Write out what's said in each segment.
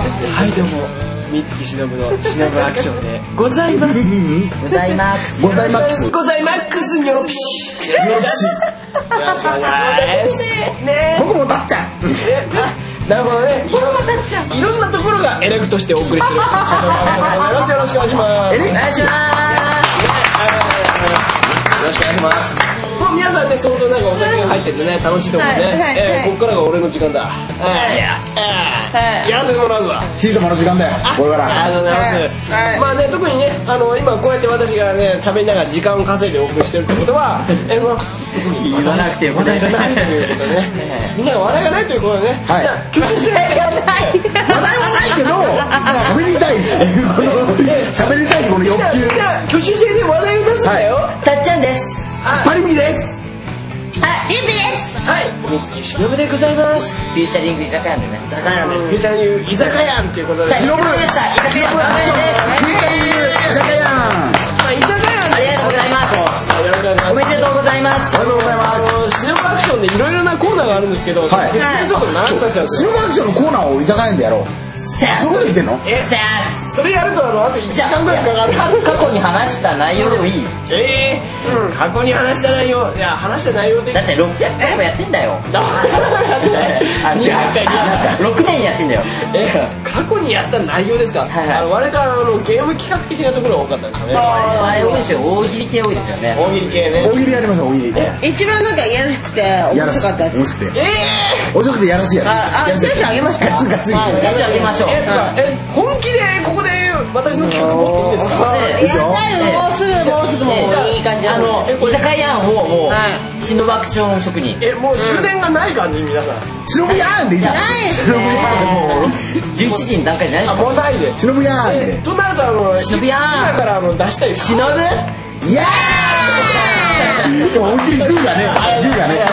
も三月しのぶのしのぶアクションでございますございます。問題マックスございマックスによろしよろしよろしくお願いしますね僕もたっちゃんえなるほどねいろいろんなところがエレクとしてお送りするしのぶアクションでございますよろしくお願いしますエレクお願いします。よろしくお願いしますまあ皆さんね相当なんかお酒が入っててね楽しいと思うね、はいはいえーはいこっからが俺の時間だはいはいやらせてもらうぞシーズマの時間だよこれかありがらとうございます、まあね特にねあの今こうやって私がね喋りながら時間を稼いでオープンしてるってことはえこの言わなくても話題ね。がないということねみんなが話題がないということでね、はいじゃあ吸収してない話題はないけど喋りたいこの喋りたいこの欲求みんな挙手制で話題を出すんだよ、はいたっちゃんです。パリミですあ、リュウジです。三月しのぶでございますフューチャリング居酒屋でね。居酒屋フューチャーニュー居酒屋んっていうことでしのぶございました。居酒屋フューチャリング居酒屋まあ居酒屋んありがとうございまよす。ろしくお願いしますおめでとうございまおす。めでとうございますシノバアクションでいろいろなコーナーがあるんですけど、はい説明すると長くなっちゃうんですシよ。ノブアクションのコーナーを居酒屋でやろうセそういうこと言ってんのえ、センそれやるとあの、あと1時じゃ間あぐらいかかる。過去に話した内容でもいいえー、過去に話した内容、いや、話した内容で。だって600回もやってんだよ。だ200回、200回。あ違う6年やってんだよ。え過去にやった内容ですか、はいはいあの割とあのゲーム企画的なところが多かったんですよねあれ多いですよ。大喜利系多いですよね。大喜利系ね大喜利やりましょう大喜利一番なんかやらしくてや面ら白しかったやつ面白くてえ面白くてやらしいやつあ、あ、選手あげました。ガツリまあ、じゃああげましー、ょう。えとかえ本気でここで私の企画持っていいですかうんやったよ、もうすぐ、もうすぐ、もういい感じあだと思の、う居酒屋をもはう、シノバアクション職 人。えもう終電がない感じ皆さんシノブやーんでいいじゃんないですシねノブや ーんで11時の段階であ何もうないでシノブやーんでとなるとあの忍びやーだからあの出したいです忍ぶイエーイでも大喜利グーがねグーがね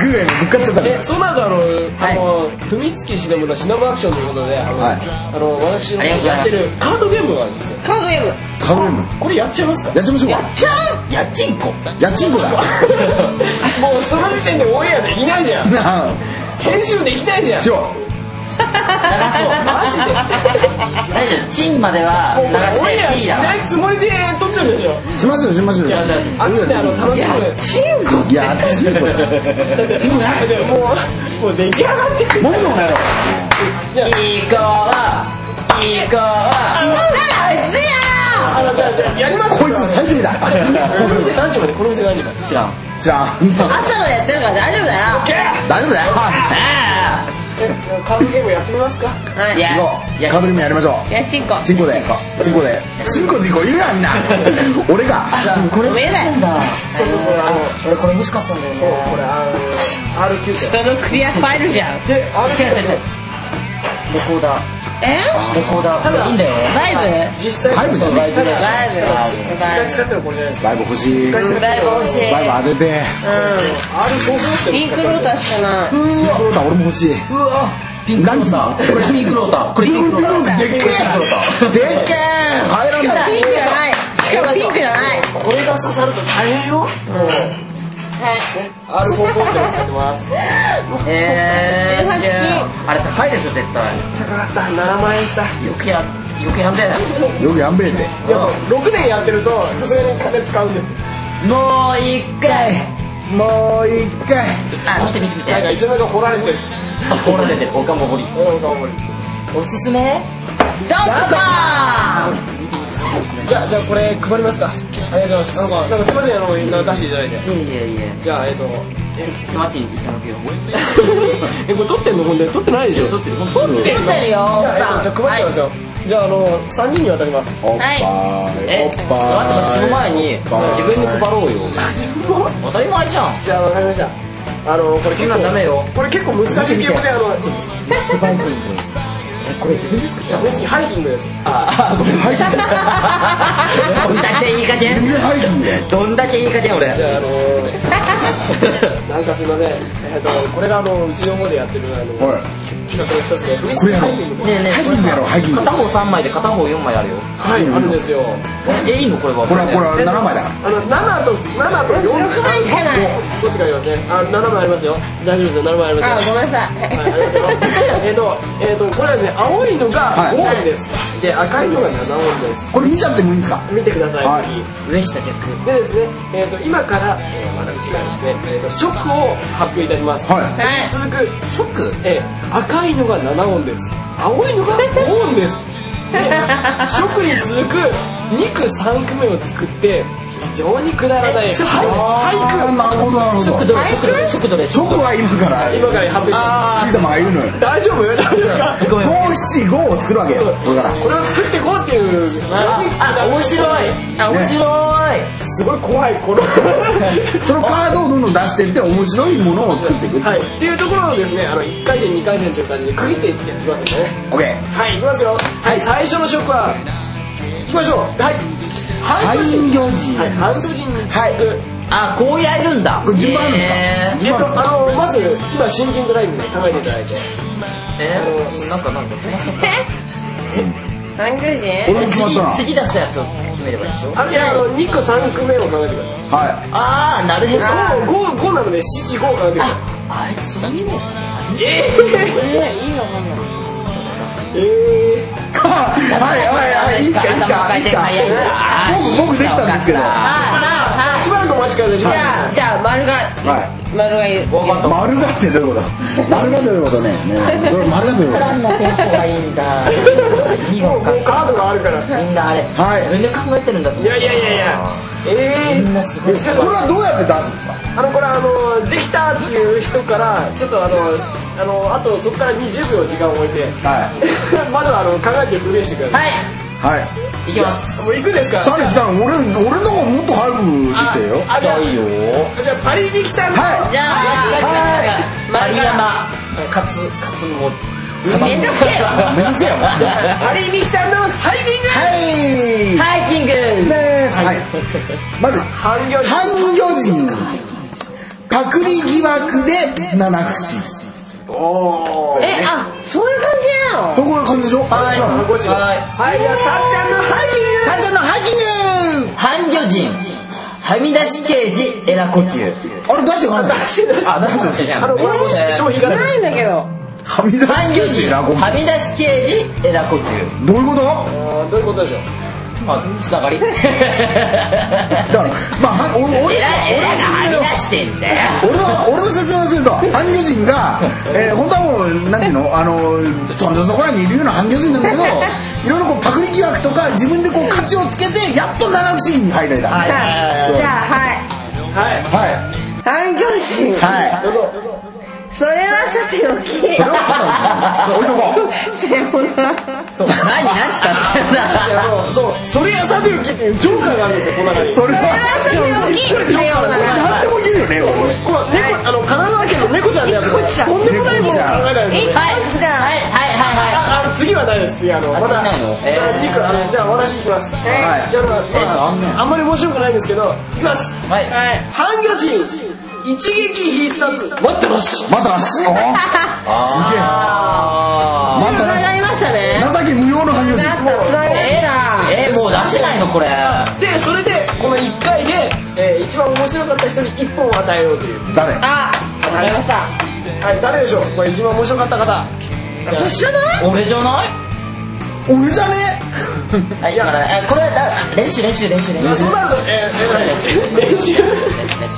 グーがねぶっかっちゃったえねそうなるとあの、はいあの文月しのぶのしのぶアクションということであの、はいあの私のありがとうごやざいっますてるカードゲームがあるんですよカードゲーム。カブームこれやっちゃ いますかやっちゃいましょうかちゃうやっちんこ。やっちんこだもうその時点でオンエアできないじゃんなあ編集できないじゃんしよ流そう。マジで大丈夫。チンまではもう流しオンエアていいしやないつもりで撮ってるでしょうしますよしますよやだあとであの楽しむチンコいややっちんこだでももうもう出来上がってきてもうもやろうじゃあいい子は、いい子は、あいつやあのじゃあじゃあやりますこいつ最低だこの店何時までこの店何時まで知らん。じゃあ朝までやってるから大丈夫だよ。大丈夫だよあえカードゲームやってみますかあいや、行こいうやカ、ブリムやりましょうやっちんこ。チンコでチンコでチンコチンコ言うなみんな俺かこれ見えないんだ。そうそうそうあの俺これ欲しかったんだよそうね。これあの RQ そのクリアファイルじゃん。でで RQ 違う違う違う。レコーダえー。レコーダー。これいいんだよ。ライ実際ライブじゃんそうただライブただ実際使ってるのこれじゃないですかライブ欲しいライブライブ欲しい。ブ当ててう R5 ん。ピンクローターしかない。ピンクローター俺も欲しいピンクローター。これピンクローター。これピピンンククロローータター。ーでっけえでっけえ入らないピンクじゃない。しかもピンクじゃない。これが刺さると大変よ R5 コートを使ってますえー、すげえあれ高いでしょ、絶対。高かった7万円したや余計や、余計やべえ。よくやんべえてっぱ6年やってるとさすがに金使うんですもう一回。もう一回あ、見て見て見なんかて。いつの間にか掘られてるあ、掘られてる。他も掘り。うん頑張るおすすめドンコじゃあじゃあこれ配りますかありがとうございますなんかなんかすいませんあのなんか出していただいていやいやいや。じゃあえっとちょ、マッチにいただくよ。 えこれ撮ってんの本当に撮ってないでしょ撮ってる撮って撮ってるよ。じゃあ、えっと、じゃあ配ってますよ、じゃああの3人に渡りますおっぱはいいえ、お待ってっ待って、ぱいその前に、自分に配ろうよ。当たり前じゃん。じゃあわかりましたあのこれそ結んなんダ構メよ。これ結構難しいゲームであのこれ自分で作っ大好きハイキングですああ、ごめん。 はいどんだけいいかじゃん。全然入るんだよどんだけいいかじゃん、俺。じゃああのーなんかすいません。えっと、これがあの、うちの方でやってるあの、おい企画の一つで、フリこれやろハイキングねえねえハギンやろハギン片方3枚で片方4枚あるよはい、あるんですよ。ええいいのこれはこれはこれは7枚だあの、7と、7と4。 6枚しかないどっちかありますね。あ、7枚ありますよ。大丈夫ですよ、7枚ありあますよ。ごめんなさはい、ありますよえっいと、えっと、これはですね、青いのがはい5音です。で、赤いのが7音です。これ見ちゃってもいいんですか見てくださはいい、次。上下逆でですね、えー、と今から、えー、私がですね、えー、とショックを発表いたします、はいはい続く、ショックえー、赤いのが7音です青いのが5音ですショックに続く2区3区目を作って非常にくだらないえショック俳あー俳なるほどなるほショックどどれショックどれショックどれチョコは今から句今から発表しますヒ様がいるのよ大丈夫大丈夫かごめんごめん五七五を作るわけよこれからこれを作っていこうっていう非常にあ面白いあ面白いすごい怖いこのそのカードをどんどん出していって面白いものを作っていくはいっていうところをですねあの1回戦2回戦という感じで区切っていっていきますのでね OK はい、いきますよ。はい、最初のショックは、いきましょう。はい。ハハンドイ人ン。行事はい、ハンド人にはい行くあこうやるんだこれ順番あるんですかええっと、あの、まず、今、シンキングラインで考えていただいて。ーえーなんかなんか韓国人俺も決まったな次次出したやつを決めればいいでしょあの、いやあの2個3個目を考えてください。はあーなるへそ5、5、5なので、7、5考えてくださあれそういうのい。えいいのかなー、えいはいはいはいいいっすかいいっす頭か回いいっ転すか早いんだあー僕僕できたんですけどいいあか ー、あしばらくお待ちください。しばじらゃあじゃあ丸がは丸がいるわかったい丸がってどういうこと丸がどういうことねねこれ丸がどういうこと何のテンポがいい んだいいくものうかもうカードがあるから。いみんなあれはい自分で考えてるんだと思うやいやいやいや。えみんなすごいー、ちょっことれはどうやって出すんですかあのこれあのできたっていう人からちょっとあのあのあとそこから20秒時間を置いて はまずはあの考えてプレイしてくださいはいいはいいきますもう行くんですかさっきたら俺俺の方もっと早くあ見てよあじゃあいいよじゃあパリミキさんのはいじゃあ丸丸が山勝勝もめんどくせえよめんどくせえよじゃあパリミキさんのハイディングはいハイキングですはいまず半魚人半魚人パクリ疑惑で七不思おーえあそういう感じなのそこが感じでしょはいそうなの半魚人はいはいじゃあたっちゃんのハイディングタンちゃんのハイキング半魚人はみ出し刑事エラ呼吸あれ出してかない出して出してあ出してほしいじゃんあのこれもし商品がなないいんだけどはみ出半魚し刑人事ラゴンはみ出し刑事エラ呼吸どういうことだあーどういうことでしょうあつながりからまあは俺エ俺ラエラがはみ出してんだよ俺は俺の説明をすると半魚人が、えー、本当はもうなんていうのあのそんなところにいるような半魚人なんだけどいろいろこうパクリ疑惑とか自分でこう価値をつけてやっと七不思議に入れたはいじゃあはいはいはい反響心はいどうぞどうぞそれはさておそきれはそうだ置いとこう何何すかいやもうそうそれがさておきっていうジョーカーがあるんですよこの中にそれはそれはさておきさようなら何でもいけるよね俺この猫あの神奈川県の猫ちゃんのやつとんでもないものを考えないですはいじゃあはいはいああはいはい次はないです次あのまだ次ないのえー肉あのじゃあ私行きますはじいゃあまあえー残念あんまり面白くないんですけど行きますはいはい半魚人一撃必殺待ってますまた足おーあまた繋がりましたねな情け無用の半魚人なった繋がったえーもう出せないのこれでそれでこの1回で、えー一番面白かった人に1本を与えようという誰あわかりましたはい誰でしょうこれ一番面白かった方一緒だ俺じゃない俺じゃねはい、だから、えこれ、だ練習、練習、練習、練習。そうなるとえー、えー、練習練習、練習、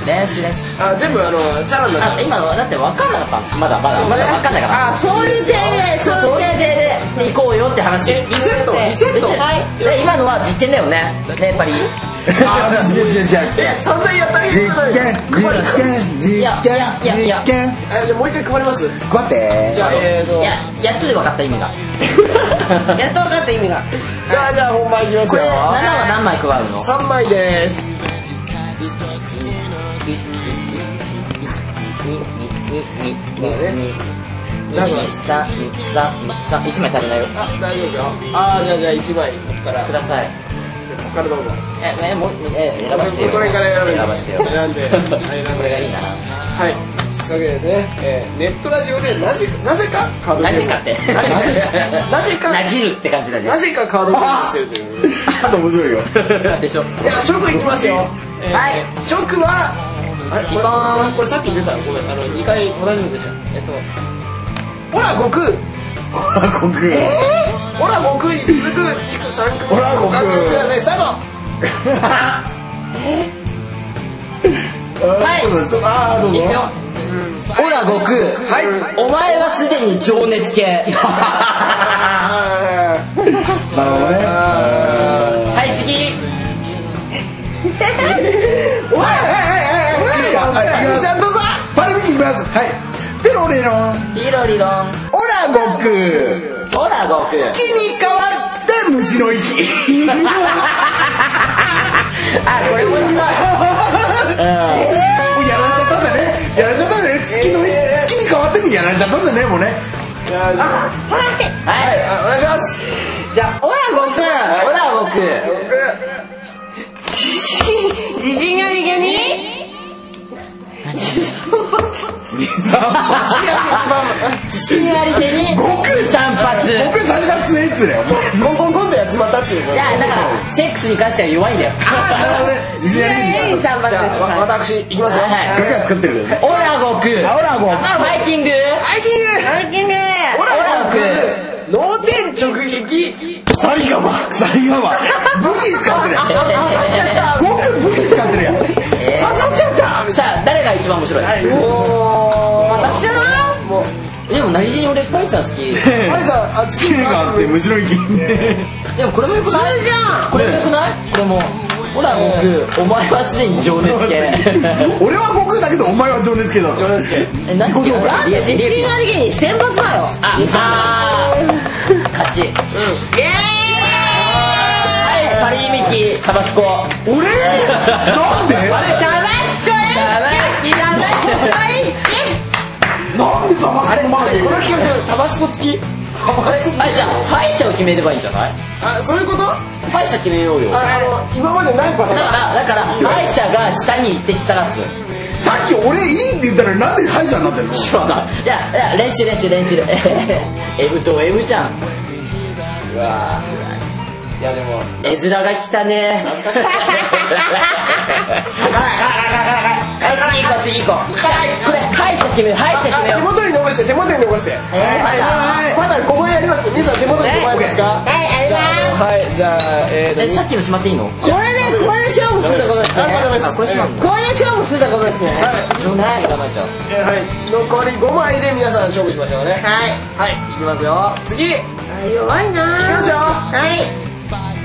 練習、練習。あ全部あのチャラになっちゃうあ、今のは、だって分かんなかった。まだ、まだ、まだ分かんなかった。あそういう点でそういう点で行こうよって話。えリセットリセットはい。で今のは実験だよね。ね、やっぱり。あ実験実験実え散々やったらいいじゃない験実験いや実験いやいや実験えじゃあもう一回配り ます待ってじゃあえーといや、やっとで分かった意味が。やっと分かった意味 がさあじゃあ本番いきますこよれ、7は何枚加わるの3枚ですに、に、に、に、に、に、に、さ、に、さ、に、さ、1枚足りないよ。あ大丈夫ですよあーじゃあじゃあ1枚ここからください。他の番号え、え、もう、え、選ばしてよ。これから選べるばしてよ。選んでこ選んでれがいいな。はいというわけでですね、えーネットラジオでなぜなぜかカードゲームなじかって。なぜかなぜかなじるって感じだね。なぜかカードゲームしてるというちょっと面白いよ。でしょ。じゃあ、ショックいきますよ。はいい。ショックは、あれ、これ、これさっき出たごめん、あの、2回同じのでした。えっと、オラ悟空、ほら、悟空。オラ悟空に続く、いく3組。オラ悟空ご覧ください、スターはい。ちょっと、あー、どうぞ。ほら、悟空。はい。お前はすでに情 熱系。トなるほどね。はい、次。おい、はい、はい、はい、はい。さんどうぞ。パルミいきます。はい。ペロレロン。ピロリロオン。ラ悟空。ほら、悟空。木に変わって虫の息。あ、これ面白い。もうやられちゃったんだね。やられちゃったんだね。月の、月に変わってもやられちゃったんだね、もうね。いやーはい、お願いします。じゃあ、オラ悟空、オラ悟空。自信が逃げに自信ありげに、悟空三発。い僕最初から強いっつうね。コンコンコンとやっちまったっていうことで。や、だから、セックスに関しては弱いんだよ。自信あり全員三じ番でゃあ、すわ私、いきますよ。はいガ作ってるけどね。オラ悟あ、空。ほら、もう。ハイキング。ハイキングハイキングオラ悟空、脳天直撃、サリガマ。サリガマ。武器使ってるやん。悟空武器使ってるやん。えーさあ、誰が一番面白い私じゃないでも、何気に俺、パイさん好き。あれさ、あ、月に変わって虫の息。でも、これもよくないじゃん。これもよくないこれも。オラ悟空、お前はすでに情熱系。俺は悟空だけど、お前は情熱系だと。ですけえ、何自己紹なんで自信ありげに選抜だよあ、あー勝ち。イエはい、パリミキ、タバスコ。俺なんでーイダバスコイタバキだダバスコイなんでさ、まさか飲まなきゃいけこなのい企画、タバスコ付きあ、じゃあ、敗者を決めればいいんじゃないあ、そういうことあ敗者決めようよ。だかあの、今までないパターン。ら、だから、敗者が下に行ってきたらす。さっき俺いいって言ったのになんで歯医者になってるの知ら ない。いや、いや、練習練習練習。えへへ エブとエブちゃん。うわいや、でも、絵面が来たね。懐かしい。 はい、次行こう、次行こう。はい、これ、敗者決めよう、敗者決め手よう。元に残して、手元に残して。えー、まだ。まだここにあります皆さん手元にここにありますかはいありますはい、じゃあ、えーとえ、さっきのしまっていいのこれでこれで勝負するってことですねあわかりましたあこれしまうのこれで勝負するってことですね情熱系がなっちゃう。えーはい、残り5枚で皆さん勝負しましょうね。はいはい、いきますよ。次、あ弱いなぁいきますよはい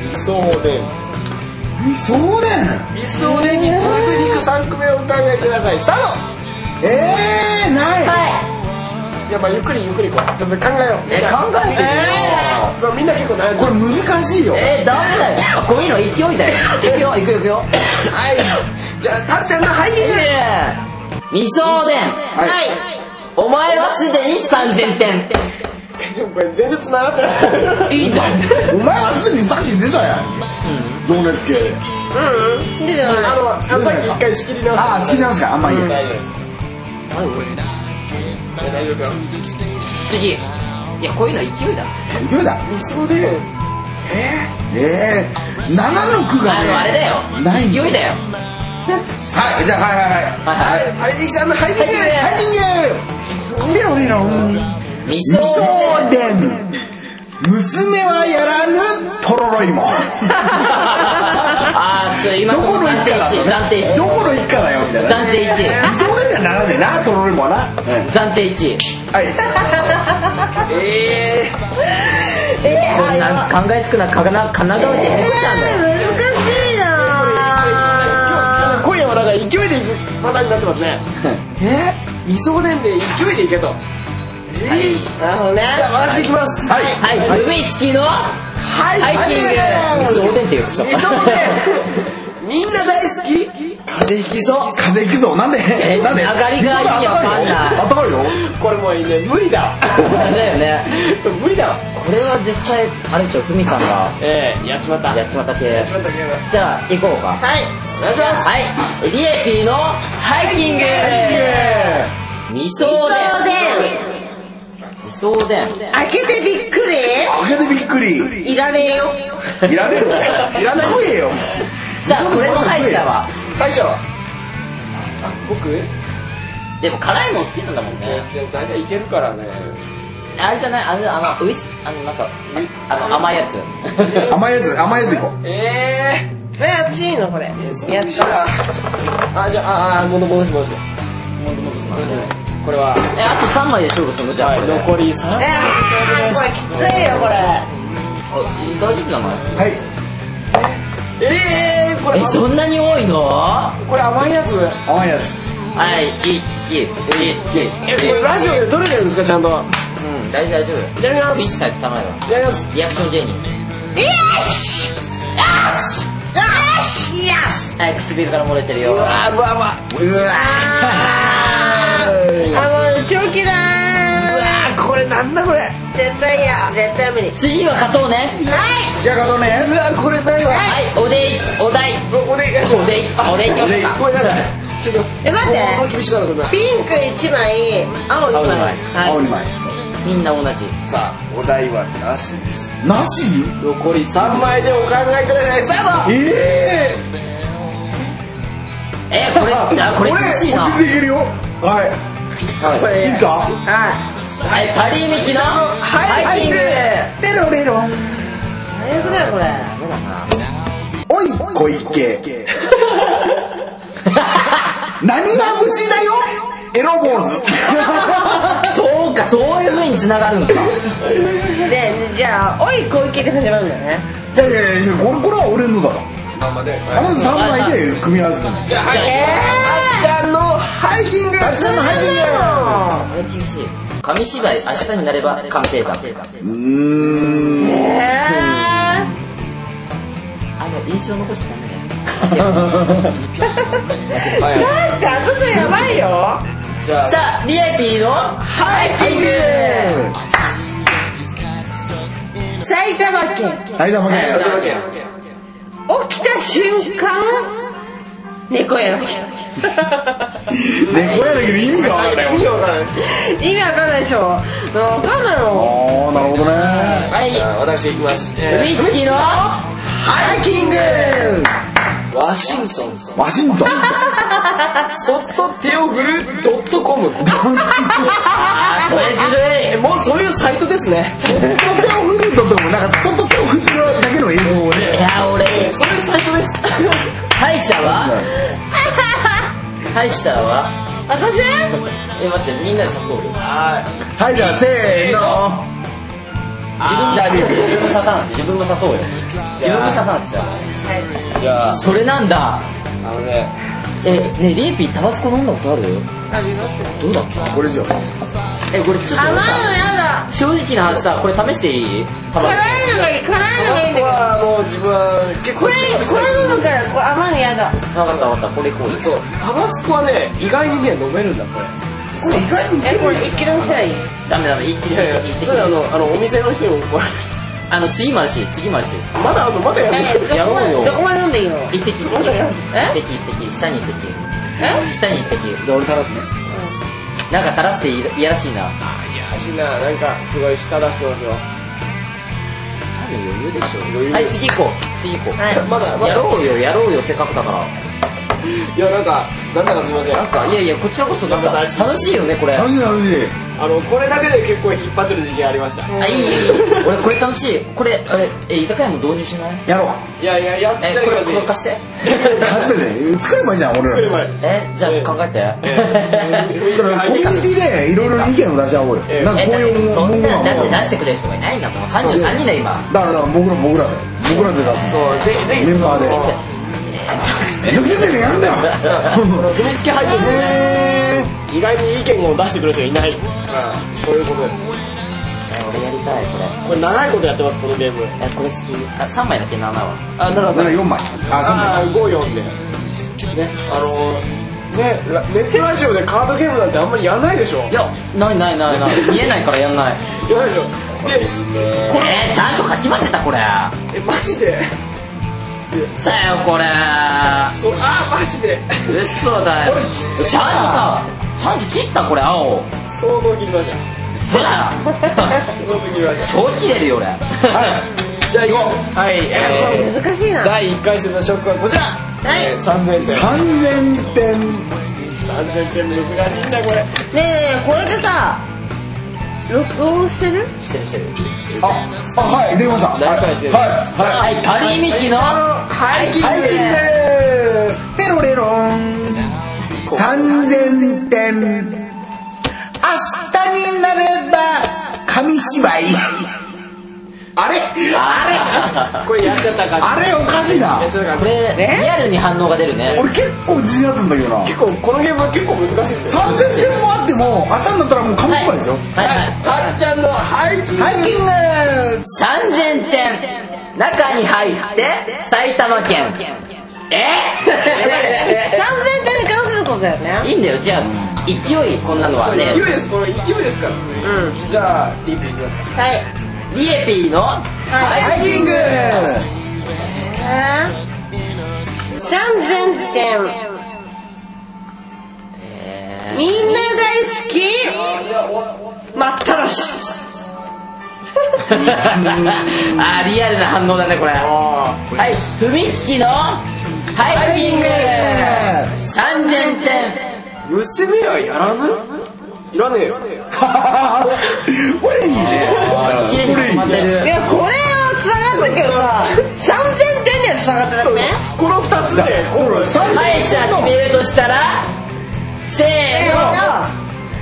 理想で。そうね理想でに続く肉3組目をお考えください。スターえー、ない、トやっぱゆっくりゆっくりこう。ちょっと考えよう。え、考えてみよえーそう、みんな結構悩んでこる。れ難しいよう。え、ダメだよ。あこういうの勢いだよ。いくよ、いくよ、いくよ。はい。じゃあ、たっちゃんが入っいいてね味噌おでんはいお前はすでに3000点 これ全然繋がってない。 いいんだよお前はすでにさっき出たやん情熱系あの、あのさっき一回仕切り直した。ああ好きなんすかあんまり大丈夫です。大丈夫ですよ。次いやこういうの勢いだどうだ理想で、えー、7の句があねのあれだよない勢いだよはいじゃあはいはいはあれできさんの入ってる。はいはい人間メロディのい味噌おそうでん娘はやらぬとろろいもあーす今どこの一家だろうね暫定1どこの一家だよみたいな暫定1そうでんじゃならねえなとろろいもはなうん暫定1はいえー。こんなん考えつくなかな神奈川県猫ちゃんだよ難しいなぁ今夜はだから勢いでいくパターンになってますね。 えー、味噌でんで勢いでいけと。えー、なるほどね。じゃあ、私いきます。はい。はい海付きのはい。ハイキング味噌おでんって言うとした味噌でんみんな大好き風邪ひきそう風邪ひきそうなんでえなんで上がりがいいよあったかいよあったかいよこれもうね無理 だだよね無理だわこれは絶対あれでしょふみさんがええやっちまったやっちまった系やっちまったけどじゃあ行こうかはい。お願いしますはいリエピーのハイキング味噌そでうで、味噌で開けてびっく開けてびっくりりいらねえよ。いられるいらない食えよさあこれの敗者は大将あ僕いでも辛いもん好きなんだもんねや大体いけるからねあれじゃないあのあのウイスあのなんかあの甘いや つ甘いやつ甘いやついこうええ、私いいのこれ。やっえじゃああじゃああー戻戻して戻してこれはえあと3枚で勝負するのじゃあ、はいこれで残り3えー、これきついよ、これ。あ大丈夫じゃないはいええー、これえそんなに多いのはこれ甘いやつ甘いやついいいいいいいいえこれラジオで撮れてるんですかちゃんとうん大丈夫大丈いただきま夫すピいッチされてたまえばただきますリアクション芸人はい唇から漏れてるよあーうわうわうわあ、もう超嫌い。あこれなんだこれ絶対嫌。絶対無理。次は勝とうねはい。いやかとねうわこれ何ははいおでいお題おおでいおでいおでいおおででいいこれなんだちょっとえ待ってもう厳しくなるこれピンク1枚、青青二2枚枚。青2枚みんな同じさあお題はなしですなし残り3枚でお考えくださいスタ ートえええこれあこれ厳しいなこれいけるよはこいいれいかははいパリーミキのハイキングペロペロンい。最悪だよ、これ。ダメだなおい小池何が無事だよエロ坊主そうかそういう風に繋がるんかで、じゃあ、おい、小池で始まるんだよね。いやいやいやこれこれは俺のだろあんまねあなた3枚で組み合わせたのじゃあはいえじゃあのハイキングあっちゃんの入ってこれ厳しい紙芝居明日になれば完成だうーんー。えあー。の印象残しちゃダメだよはなんかあそこやばいよ。いじゃあさあリエピーのハイキング埼玉県。はいどうもね起きた瞬間、猫やらけ。猫やだけど意味がわかんない意味わからない意味わかんないでしょ。わかんないの。ああなるほどねはいじゃあ私行きますえウイスキーのハイキングーワシントンワシントンそっと手を振るドットコムあそれずるいもうそういうサイトですねそっと手を振るとでもなんかそっと手を振ってるだけの映像をいねや俺それ最初です敗者は敗者は私え待ってみんなで誘うよはいはいじゃあせーの自分で自分も刺さない自分も誘うよ自分も刺さないですよじゃあそれなんだあのねえねえリエピータバスコ飲んだことあるどうだったこれじゃえこれちょっと甘いのやさだ。正直な話さこれ試していいタバ辛スコいのがいい、辛いのがいいんだけど。はもう自分は結構これ、これ飲むから、これ甘いのやだ。分かった分かったこれ行こうよそうタバスコはね意外にね飲めるんだこれこれ意外にえ、これ一気飲みしたらいい。ダメダメ一気に行ってきそれあのあのお店の人にも怒られるあの次もあるし次もあるしまだあんのまだやるえ、どこまやろうよで、どこまで飲んでいいの一滴一滴まだやるえ一滴一滴下に一滴え下に一滴じゃあ俺垂らすねなんか垂らしていいいやらしいなあいやらしいななんかすごい舌出してますよ多分余裕でしょ余裕はい次行こう次行こう、はいまだまだやろうよやろうよせっかくだからいやなんかなんだかすいませんなんかいやいやこちらこそなんかなんか楽楽しいしいよねこれ楽しい楽しいあのこれだけで結構引っ張ってる時期ありましたあいいいいいい俺これ楽しいこれあれえ居酒屋も導入しないやろういやいややってえるこかられこれ貸して マジでね作ればいいじゃん俺らえじゃあ考 えてだからコミュニティでいろいろ意見を出し合おうよええなんかえこうだいってうそ文ん言なはん出して出してくれる人がいないんだもん33人だよ今だからだから僕ら僕らで僕らでだってそうぜひぜひメンバーでめんどくせえんだよやるんだ よ踏みつけ入ってる意外に意見を出してくる人いない、うん、そういうことですえ俺やりたいこれこれ長いことやってますこのゲームえこれ好きあ3枚だっけ7はあなるだから4枚あああ54でねあのねラネットラジオでカードゲームなんてあんまりやんないでしょいやないないないない 見えないからやんないやらないでしょでこれちゃんと書き混ぜたこれえマジでさよこれそあーマジで嘘だよちゃんとさちゃんと切ったこれ青想像切りました そだろ想像切りました超切れるよ俺じゃあ行こはいえー難しいなう第1回戦のショックはこちら、いえー、3000点3000点3000点の欲がいいんだこれねえねえこれでさ録音してるしてるしてるああはい出ましたはいラジカルしてるはいはいパリミキのハイキンハイキンググペロレロン3000点明日になれば紙芝居あれあこれやっちゃったかあれおかしいなやっちゃったか れこれリアルに反応が出るね俺結構自信あったんだけどな結構このゲームは結構難しいですよ3000点もあっても明日になったらもう紙芝居ですよはいはいあっちゃんのハイキングハイキング3000点中に入って埼玉県3000え点に関することだよね いいんだよじゃあ勢いこんなのはね勢いですこれ勢いですからうんじゃあリープいきますかはいリエピーのハイキング3000点みんな大好き待ったなし あリアルな反応だねこれはいフミツキのハイキング3000点娘はやらないいらねえよ これいいね綺麗にまとまっているやこれは繋がったけどさ3000点には繋がってなくねこの2つでこれ3000敗者決めるとしたらせーの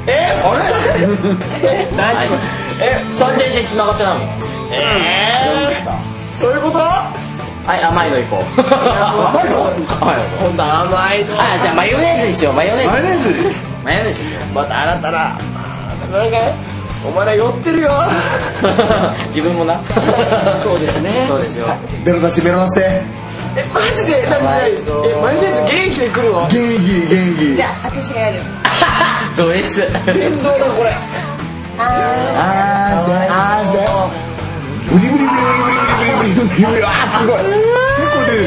えー、あれはいえ3点で繋がってないもんえそういうことーはい甘いのいこう甘いのはい今度甘いのあじゃあマヨネーズにしようマヨネマーヨネーズズマヨネーズにしようまた新たなあーなんかお前ら酔ってるよ 自分もなそうですねそうですよベロ出してベロ出してえマジでだっ甘ていぞえマヨネーズ元気でくるわ元気元気じゃあ私がやるド S どうだこれああーせあーせブリブリブリブリブリブリブリブリブリあーすごい結構出てる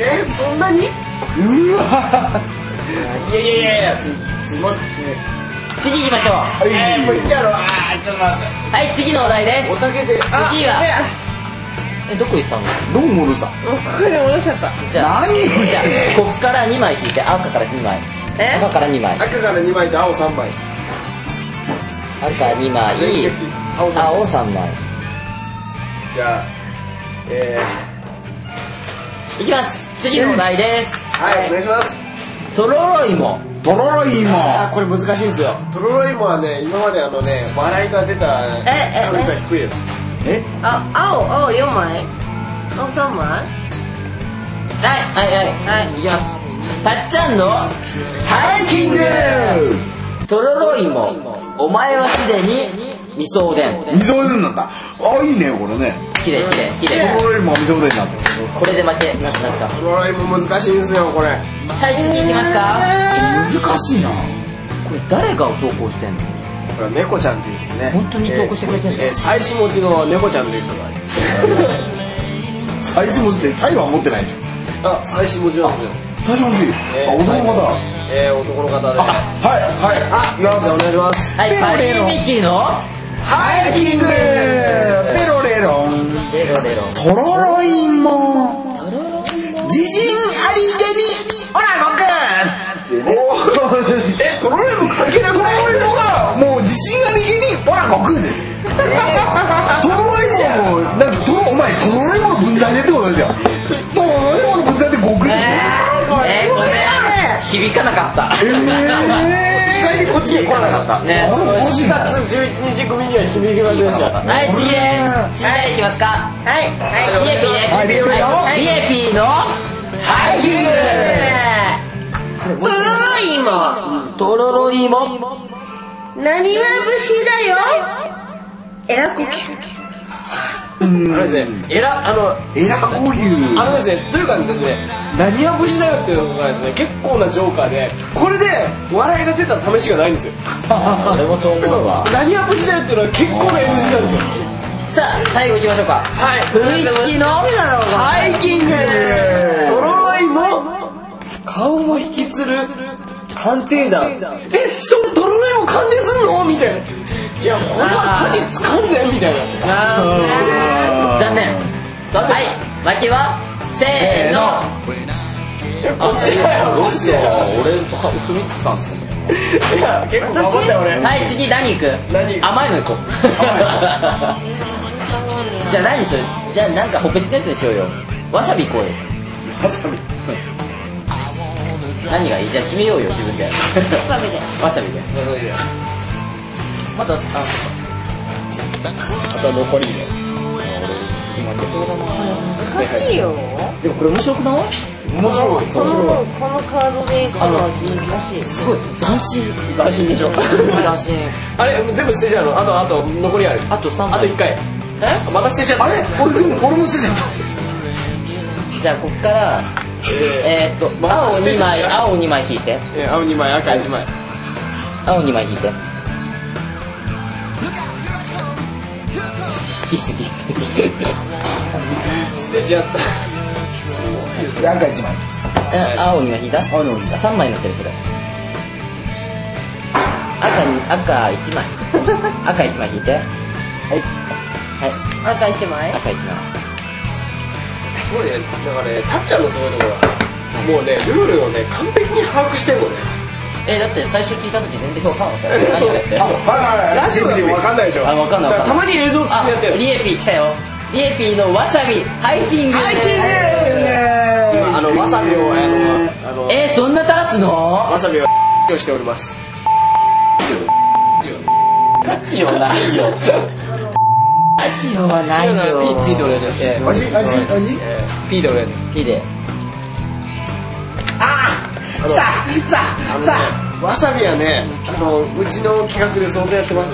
えそんなにいうわやいやいやいやつつまつつ 次行きましょうえー、もういっちゃうのあーちょっと待ってはい次のお題ですお酒で次はえどこ行ったのどう戻したーもうここで戻しちゃったじゃあ何じゃあこっから2枚引いて赤から2枚え赤から2枚赤から2枚と青3枚赤2枚全消し青3枚青3枚じゃあえいきます次のお題ですー、はいお願いしますとろろいもとろろいもあこれ難しいんですよとろろいもはね今まであのね笑いが出たええ確率は低いですえあ青青4枚青3枚はいはいはいはいいきますたっちゃんのハイキングとろろいもお前はすでに味噌おでん溝おでんなんだあいいねこれねきれいきれいきれいとろろいも溝おでんなんだこれで負けなくなったとろろいも難しいんですよこれはい次行きますか難しいなこれ誰が投稿してんのこれは猫ちゃんっていうんですね本当に投稿してくれてんのえーえー妻子持ちの猫ちゃんという人がいます最初文字で最後は持ってないじゃんあ妻子持ちなんですよ最初文字えーあ男の方だえー、男の方であはいはいあじゃあお願いしますはいパリミキのハイキングペロレロンデロデロとろろいも自信ありげにオラごくっていうねえとろろいも関係なくとろないろいもがもう自信ありげにオラごくですとろろいもはもうだってとろお前とろろいもの分際でってことですよとろろいもの分際でごくですよえー、ごめん響かなかったえ意外にこっちに来なかったねこれ欲しい4な月11日組には響きませんでしたはい次です次誰いきますかはいはいリエピーですはいリエピーのハイキングとろろいもとろろいも何は節だよえら呼吸うんあれですね、えら、あの、エラこういうあのですね、というかですね、何は無事だよっていうのがですね、結構なジョーカーで、これで笑いが出た試しがないんですよ。俺もそう思 うわ何は無事だよっていうのは結構な NG なんですよ。さあ最後いきましょうかはい。踏みつきのハイキングとろいも、顔も引きつる、鑑定団。え、それとろろいも鑑定するのみたいな。いや、これは舵つかんぜみたいな。なるほど残念残念はい負けはせーのこっちだよ、こっちだよ。俺踏みつきさんいや、結構頑張ったよ、俺。はい次何行く何甘いの行こう じゃあ何するじゃあなんかほっぺつのやつにしようよわさび行こうよ 何がいいじゃあ決めようよ自分で サビでわさびでまたああとは残りで難しいよでもこれ面白くない面白い。このこのカードでいくのは難しいすごい斬新斬新でしょ。難しいあれ、全部捨てちゃうのあと、あと、残りある。あと3あと1回。また捨てちゃった。あれ俺でも俺も捨てちゃったじゃあこっからえーっとまあ青2枚青2枚引いてえ青2枚、赤1枚。青2枚引いて引きすぎ捨てちゃった。なんか一枚え 青2枚引いた青の引い3枚になってるそれ赤に赤1枚 赤1枚引いてはいはい赤一枚赤1枚すごいね、だからね、たっちゃんのすごいところは、もうね、ルールをね、完璧に把握してるのね。えだって最初聞いた時全然評価なかったよ何やってあはいはいはいラジオでもわかんないでしょ。あわかんないわかんたまないに映像付きあでやってる。リエピー来たよリエピーのわさびハイキング今、あの、わさびを、あの、あの、えー、そんな経つのわさびを、をしております。チはないよ。チはないよ。 P でお願いします。味え味味ー P でお願いします。ピで。あのあのねわさびはね、あの、うちの企画で相当やってます。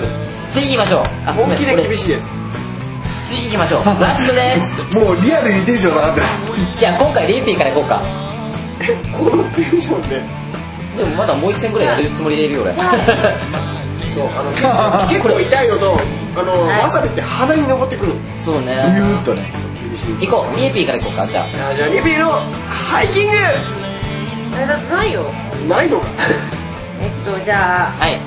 次行きましょう。あ本気で厳しいです。い。次行きましょう。ラストです。もうリアルにテンション上がってるじゃあ今回リーピーから行こうか。このテンションで。でもまだもう一戦ぐらいやるつもりでいるよ俺。そう、あの、結構痛いのと、あの、わさびって鼻に登ってくる。 そうビね。ューっとね厳しいです行こう。リエピーから行こうか。じゃあ。じゃあ、じゃあリピーのハイキングえなないよないのか。えっとじゃあはい。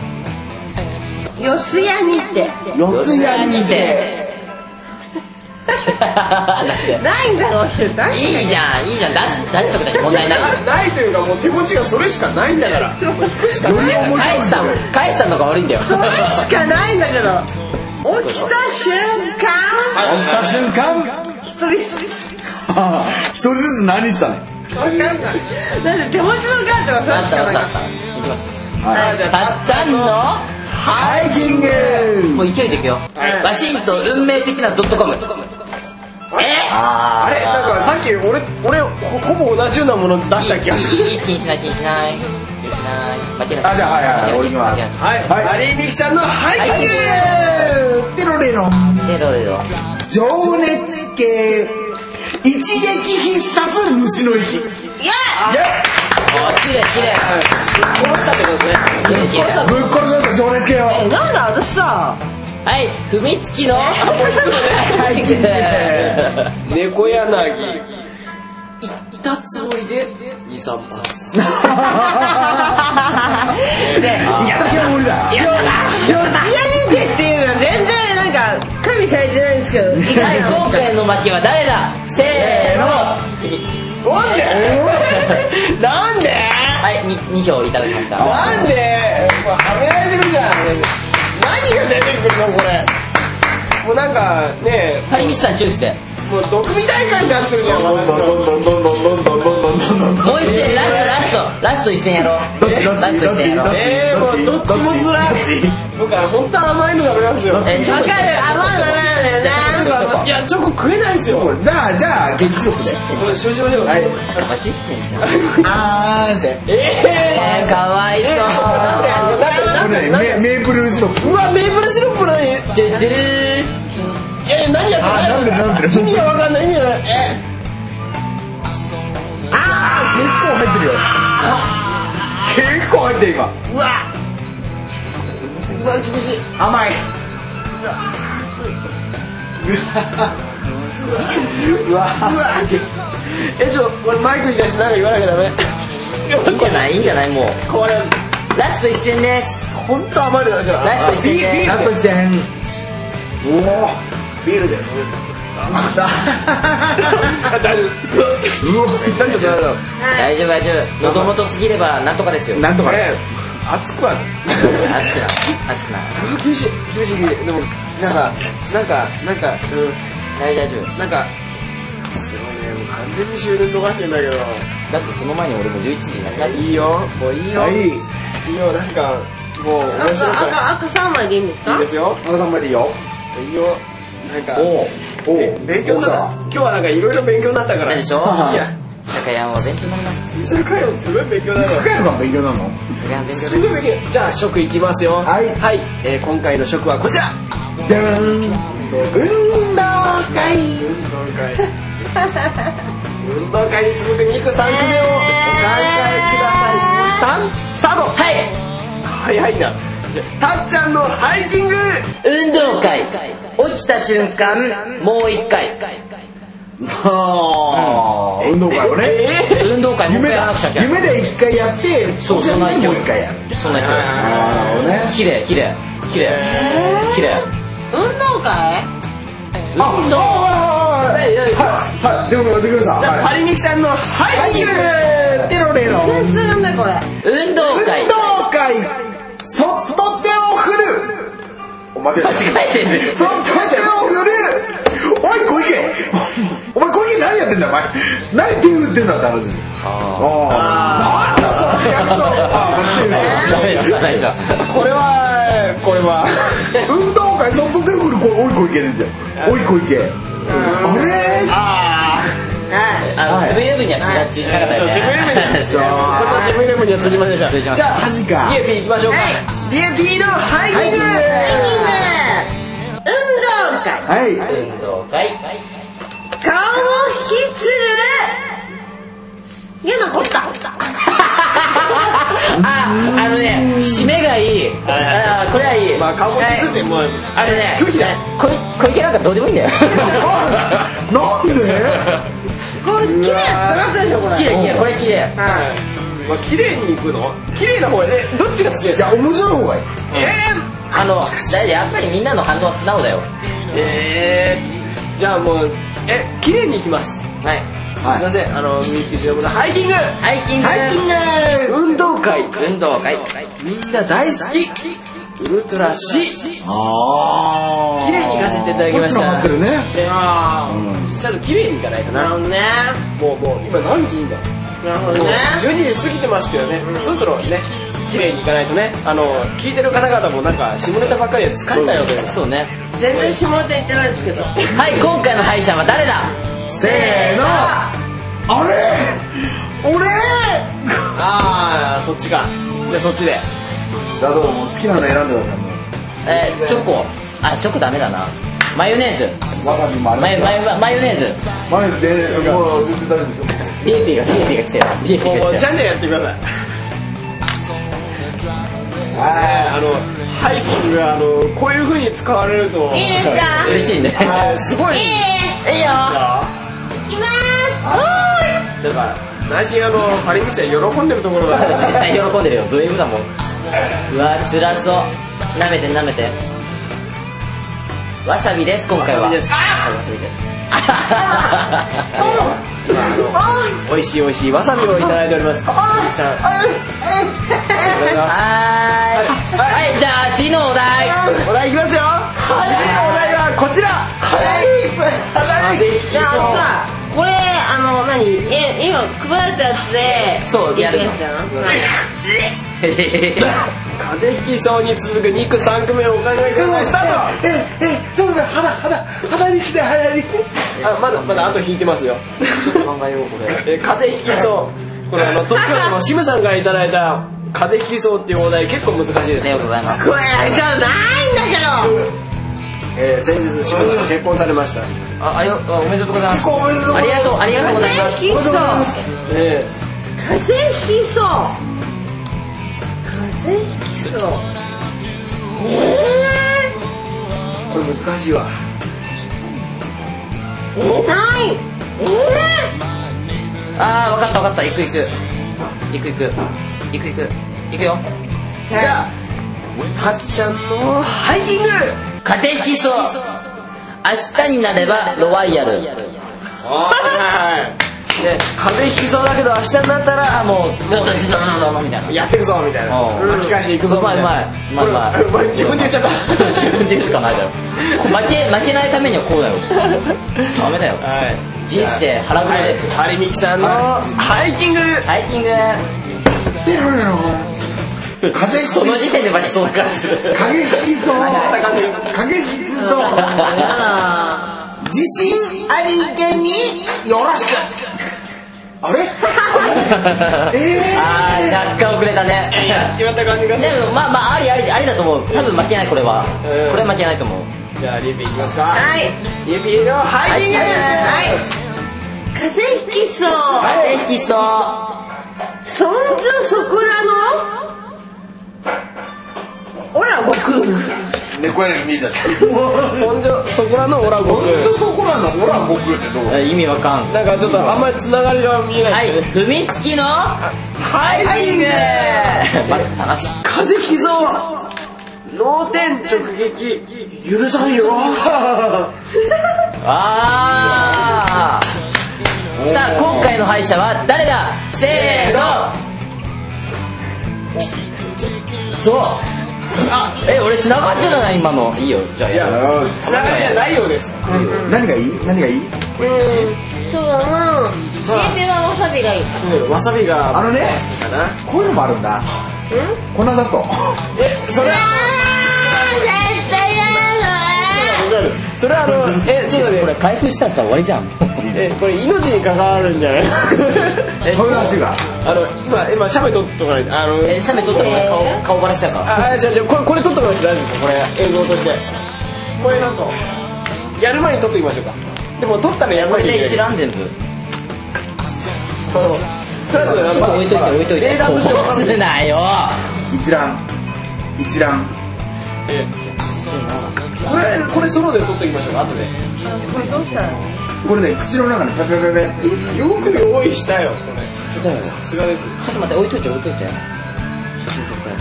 四谷にて四つやにてて。だっないんだろうけどなて いいいじゃん、いいじゃん。出す、出しとくだけ問題ない。ないというか、もう手持ちがそれしかないんだから。より面白い返したの、返したのが悪いんだよ。それしかないんだけど起きた瞬間起きた瞬間一人ずつあー一人ずつ何したねわかんないだって手持ちのカードはそあれっしたかあったあっないかた。行きます。はたっちゃんのハイキングもう勢いでいくよ。いワシントン運命的なドットコム。えああれなんかさっき俺、俺ほ、ほぼ同じようなもの出した気がする。いい気にしない気にしない。気にしない。負けない。あじゃあはいはいはい俺行きますはい。はいハリーミキさんのハイキングーテロレので、どうぞ。情熱系一撃必殺虫の息らいやお、きれいきれい。殺したってことですね。ぶっ殺しました情熱系をなんだ私さはい、踏みつきの。はい猫柳。いたつもりで。二三 発。一撃は無理だ四谷にてっていうのは全然なんか加味されてないんですけど意はい、外な今回の負けは誰だせーの。なんでなんではい、に2票いただきました。なんでこれはめられてるじゃん。何が出てくるのこれ。もうなんかね、ハリミスさんチューして。もう毒味大会になってるじゃん。私のもう一戦、ラスト、ラスト、ラスト一戦やろう。どっちどっラスちトどっち一戦やどっろう。えー、もうどっちも辛い。僕は本当は甘いのダメなんですよ。えー、ちょっわとかる甘いのなんだよちょっとないや、チョコ食えないですよ。ちじゃあじゃあ劇場でそうしましょうよ。はいバチってんじゃん。あーしてえええー、かわいそう。ー。これねメメープルシロップうわ、メープルシロップ何じゃじゃーんいやいや何やあってーなんでなんで意味が分かんない意味が分かんないえ入ってるよ結構入ってる今うわうわ厳しい甘いわえちょ俺マイクに出して何か言わなきゃダメいいんじゃないいいんじゃないもうこれラスト一戦です本当余るよじゃあラスト一戦ビねラスートル一戦おおビールだよあ大丈夫うわ大丈夫大丈夫大丈夫大丈夫喉元すぎればなんとかですよなんとかねね熱くはない熱くな熱くな厳しい厳しい厳しいでもなんかなんかなんかう大丈夫大丈夫んなんかすごいねもう完全に終電逃してんだけどだってその前に俺も11時になるからいいよもういいよ、はいい、いよなんかもう面白く赤、な赤3枚でいいんですいいいかですよ赤さんまでいいよいいよなんかおうおえ勉強になった今日はなんかいろいろ勉強になったかならんでしょいや高山は勉強になります実際会話すごい勉強になるわ深山さん勉強なの高山勉強すごい勉強じゃあ食いきますよはいはい、えー今回の食はこちらでん運動会運動会運動会に続く肉3組をお考えください三スタートはい早いなたっちゃんのハイキング運動会落ちた瞬間もう一回ああ運動会をねえ運動会もう一夢回やらだなくちゃいけない夢で一回やってそうじゃあそんな勢いもう一回やるそんなあ人ああね綺麗綺麗綺麗綺麗運動会ああああああー、えはいはいでもやってくださいはいパリミキさんのハイキングテロレロ運全通なんだこれ運動会動会そっと手を振るお間違えた間違えてるそっと手を振るおい小池お前小池何やってんだお前何手振ってんだって話ああなんだそのリアクションあーダメだ大丈夫これはこれは運動会そっと手を振るこれおい小池出てんじゃんおい小池ああはいあはのいセブンイレブンには通じなかったよねそう あこれセブンイレブンには通じませんでした通じまれしじゃあた恥か DAP 行きましょうか、はい DAP のハイキング、いいね運動会はい運動会顔を引きつるいや残ったああのね締めがいいあこれはいいまあ顔も気づいてもう、あのね拒否だこ小池なんかどうでもいいんだよなんでこれ綺麗なやつなでしょこれ綺麗綺麗これ綺麗はいまあ、綺麗に行くの綺麗な方でどっちが好きですじゃかあ面白い方がいいあのだやっぱりみんなの反応は素直だよえー、じゃあもうえ綺麗に行きます、はいはいすいませんあの水木しのぶのハイキングハイキングハイキング運動会運動会みんな大好きウルトラ C 綺ああ麗に行かせていただきましたこっちのってるねああ、うんちゃんと綺麗に行かないとななるほどねもうもう今何時だもなるほうどね12時過ぎてますけどね、そろそろね綺麗に行かないとねあの聞いてる方々もなんか下ネタばっかりで疲れたようでそうね全然下ネタ言ってないですけどはい今回の敗者は誰だせーのあれ俺ああそっちかじゃあそっちでじゃあどうも好きなの選んでくださいもえーチョコあチョコダメだなマヨネーズうわさびもあれマヨマヨマヨネーズ前でもう全然大丈夫でし DP が DP が来てる DP もがうじゃん来てるじゃんやってくださいょあのハイキングがあのこういう風に使われるといいですか嬉しいねあーすごいいいいいよ行きますだから内心あのパリミキさん喜んでるところだから絶対喜んでるよド M だもんうわ辛そう舐めて舐めてわさびです今回はわさびですはいわさびです美味しい美味しいわさびをいただいておりますパリミキさんありがとうございますはーいはいじゃあ次のお題お題いきますよはいお題はこちらはい風邪ひきじゃそあさこれあの何え今配られたやつでそうやるのいいじゃんはいう風邪ひきそうに続く肉3組目をお考えくださいスターええそうだ肌肌肌に来て肌にトあまだまだあと引いてますよ考えようこれえー風邪ひきそうこれあの東京都のシムさんからいただいた風邪ひきそうっていうお題結構難しいですありがとうございますこれあれじゃないんだけどえー、先日島田が結婚されましたあ、ありがとう、おめでとうございます。婚おめでとうごあざいまりがすとう、ありがとうございま風す。邪ひきそうえ風邪ひきそう風邪ひきそうええこれ難しいわー、えないえあー、わかったわかった、行く行く。行く行く。行く行く。行くよ。ー、じゃあたっちゃんのハイキング風邪ひきそう。明日になればロワイヤル。はいね、風邪ひきそうだけど明日になったらあもうちょっと、ちょっと、なんだろうみたいな。やってるぞみたいなうん巻き返していくぞみたいなうまいうまいうまいうまいこれ自分で言っちゃった自分で言うしかないだろ。負け、負けないためにはこうだよ。ダメだよ。はい人生腹黒です。ハリミキさんのハイキングハイキング。風邪そのひき時点で負けそうな感じです。影引きそう影引きそう自信ありげによろしくあれえあー、若干遅れたね。決まった感じがでも、まあまあ、ありあり、ありだと思う。多分負けない、これは。うんこれは負けないと思う。じゃあリピいきますかはいリピのハイキングはい風邪ひきそう風邪ひきそう。そんじょそこらのオラ悟空ー猫やり見えちゃったそんじょそこらのオラゴほんとそこらのほら悟空ってどう意味わかん。なんかちょっとあんまりつながりが見えなはいい、踏みつきの、ハイキングまあ、楽しい。風邪ひきそう脳天直撃許さんよあー。さあ、今回の敗者は誰だせーのそうあ、え、俺繋がってたな、今の。いいよ、じゃあいやる。やつながりじゃないようです何がいい何がいいうんそうだな新鮮なわさびがいいわさびがあのねかなこういうのもあるんだ粉だとえそれは絶対だそれはあのえちょっとこれね開封したらさ終わりじゃんえこれ命に関わるんじゃないえこういう話があの今今写メ撮っとかないとあのえ写メ撮ったら顔顔バラしちゃうからあ、じゃあ、じゃあ、これ、これ撮っとかないと大丈夫ですかこれ、映像として。これなんか、やる前に撮っときましょうか。でも、撮ったらやるこ前れに。で一覧全部このとりあえずちょっと置いといて置いといてデータことぼしてはす なよ一覧一覧ええこれ、これソロで撮っときましょうか、後で。これどうしたらいいこれね口の中にペペペペってよく用意したよ、それ。さすがです。ちょっと待って置いといて置いといて写真撮ったやつ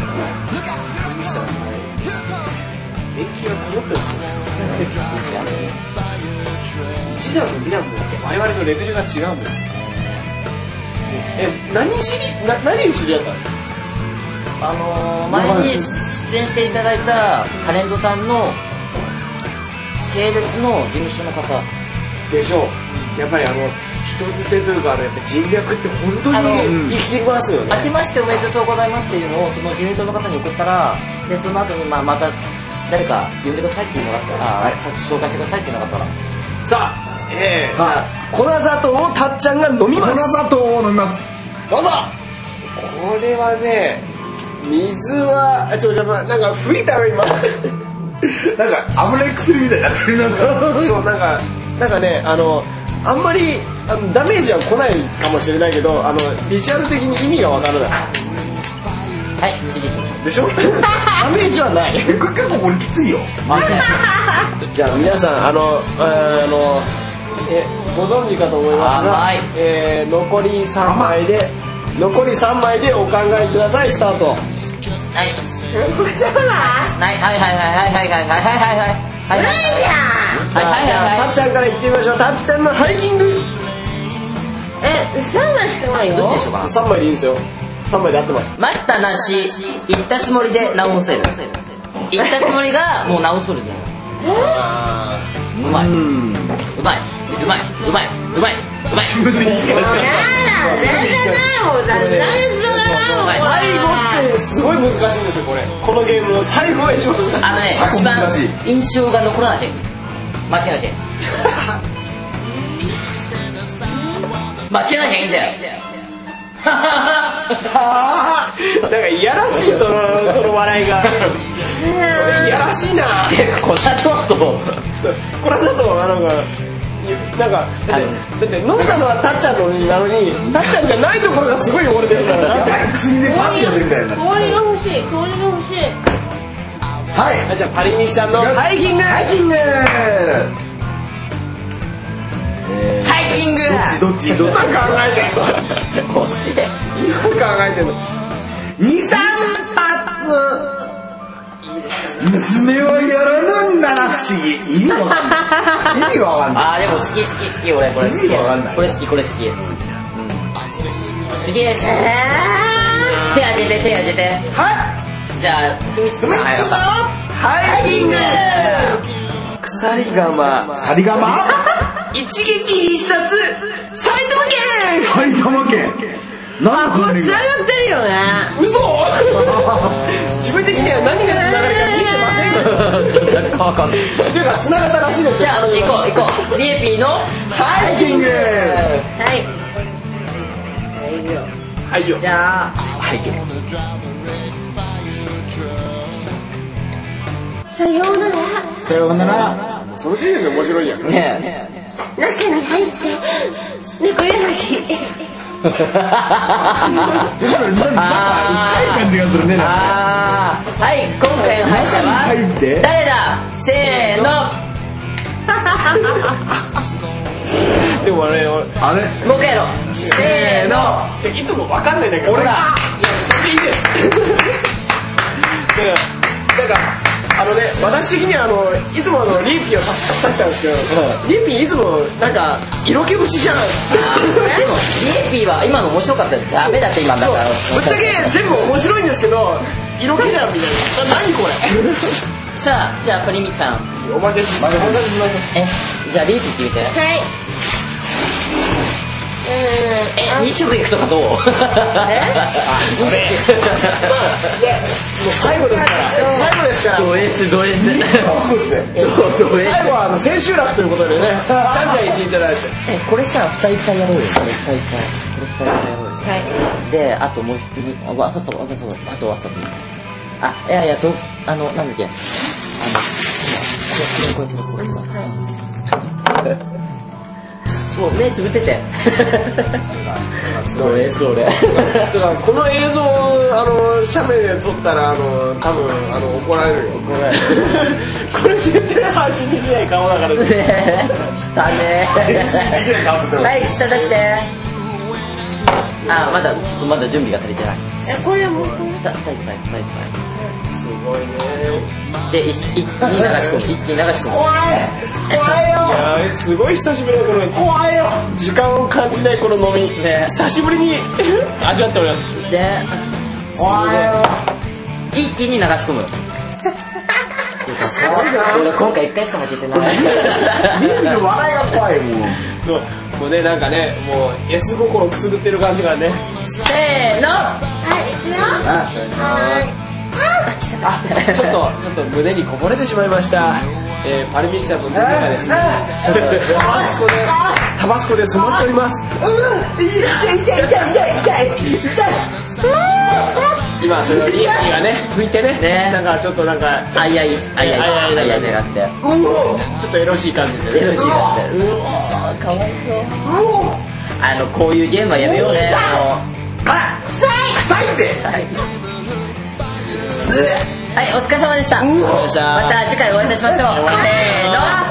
電気がこもってるんですね。1弾も2弾も、我々のレベルが違うんです。え、何知り、な、何で知り合ったのあのー、前に出演していただいたタレントさんの系列の事務所の方でしょう。やっぱりあの、人づてというか、あの、やっぱ人脈って本当あのに生きてますよね。明けましておめでとうございますっていうのをその事務所の方に送ったらでその後にまあまた誰か呼んでくださいっていうのがあったら、あ紹介してくださいっていうのがあったらさあ、ええは粉砂糖をたっちゃんが飲み粉ます。砂糖を飲みますどうぞこれはね、水は、あちょ、ちょ、まなんか吹いたよ、 今。なんか油い薬みたいになってるなんかそう、なんか、なんかね、あの、あんまりあのダメージは来ないかもしれないけど、あの、ビジュアル的に意味がわからない。はい次行きましょうでしょ ダメージはない。結構結構これきつい よじゃあ皆さんあのあーあのえご存知かと思いますが、甘いえー残り3枚で残り3枚でお考えくださいスタートはいこれだなはいはいはいはいはいはいはいはいはいはいはいないじゃんはいはいじゃあはいたっちゃんからいってみましょうたっちゃんのハイキングえ、三枚しかないよ。どっちでしょうか3枚でいいですよ3枚で合ってます待ったなし言ったつもりで直せる言ったつもりがもう直せるねうまいうまいうまいうまいうまいうまいうまい自分 で言い返やだ、全然ないもん。だって何するかないも最ん。後ってすごい難しいんですよこれこのゲームの最後が一番難しいあのねあ一番難しい印象が残らないで負けないで負けなきゃいいんだよなんかいやらしいそのその笑いがいやらしいなてかこだととこれだとなんかなんかだってだって飲んだのはたっちゃんのなのにたっちゃんじゃないところがすごい汚れてるからな薬でパンってやってるみたいな氷が欲しい氷が欲しいはいじゃあパリミキさんのハイキングハイキングハイキング どっちどっち今考えてんの 今考えてんの二三発娘はやらぬんだな不思議意味わかんない意味わかんないあーでも好き好き好き俺これ好意き味わかんないこれ好きこれ好き、うん、次です手あげて手あげてはいじゃあ秘密基地さん早かっハイキング鎖釜サリガマ一撃必殺埼玉県埼玉県なんでこんなに繋がってるよね嘘自分で来て何が繋がるか見えてませんからたなんかわかんないっていうか繋がったらしいですじゃあ行こう行こうリエピーのハイキングはい大丈夫はいよじゃあハイキングさようならさようなら恐ろしいよね面白いじゃんねえなすなないし猫柳 なんか痛い感じがするねなんかあーはい今回の敗者中に入はって誰だせーのでもあれ俺あれボケろせーのいつもわかんないんだけど俺だいやそれでいいですだからなんかあのね私的にはあのいつもあのリーピーを差し刺したんですけど、リーピーいつもなんか色気節じゃないでもリエピーは今の面白かったよダメだって今だそうからぶっちゃけ全部面白いんですけど色気じゃんみたいなな何こさあじゃあ鳥光さんれおまけしましょうおまけしましょえじゃあリエピー決めてはいえ2色いくとかどうえういそれやもう最後ですから最後ですからド S ド S ド S 最後はあの千秋楽ということでねちゃんちゃん言っていただいてえこれさ二人一回やろうよこれ二人一回これ二人一回やろうよはいで、あともう一、あ、わ、そう、わ、そう、あとわさび。あ、いやいや、ちょ、あの、なんだっけ。あの、今、これ、これ、これ、これ、これ。もう目つぶってて。それ、それ。 だからこの映像をあの写メで撮ったらあの多分あの怒られるよ怒られるこれ絶対配信できない顔だ からねねえ、だねはい、下出して。あ、まだ、ちょっとまだ準備が足りてない。えこれもう一回た、たい、たい、たい、たすごいねい。で、一気に流し 込む、一気に流し込いむ。やーすごい久しぶりのこの怖いよ時間を感じないこの飲みね久しぶりに 味わっておりますで、一気に流し込む。俺今回一回しか負けてない。リーの笑いが怖いもうもうもうねなんかねもう S 心をくすぐってる感じがね せーのはいいくよはちょっとちょっと胸にこぼれてしまいました、えーパルミキさんの胸がですねちょっとタバスコでタバスコで染まっております今そのリエキがね拭いてねねなんかちょっとなんかあいあい、あいあい、あいあい狙って。ちょっとエロしい感じでねエロしいなって。うおー、かわいそう。あの、こういうゲームはやめようね。臭い臭いってはい、お疲れ様でした。また次回お会いいたしましょう。せーの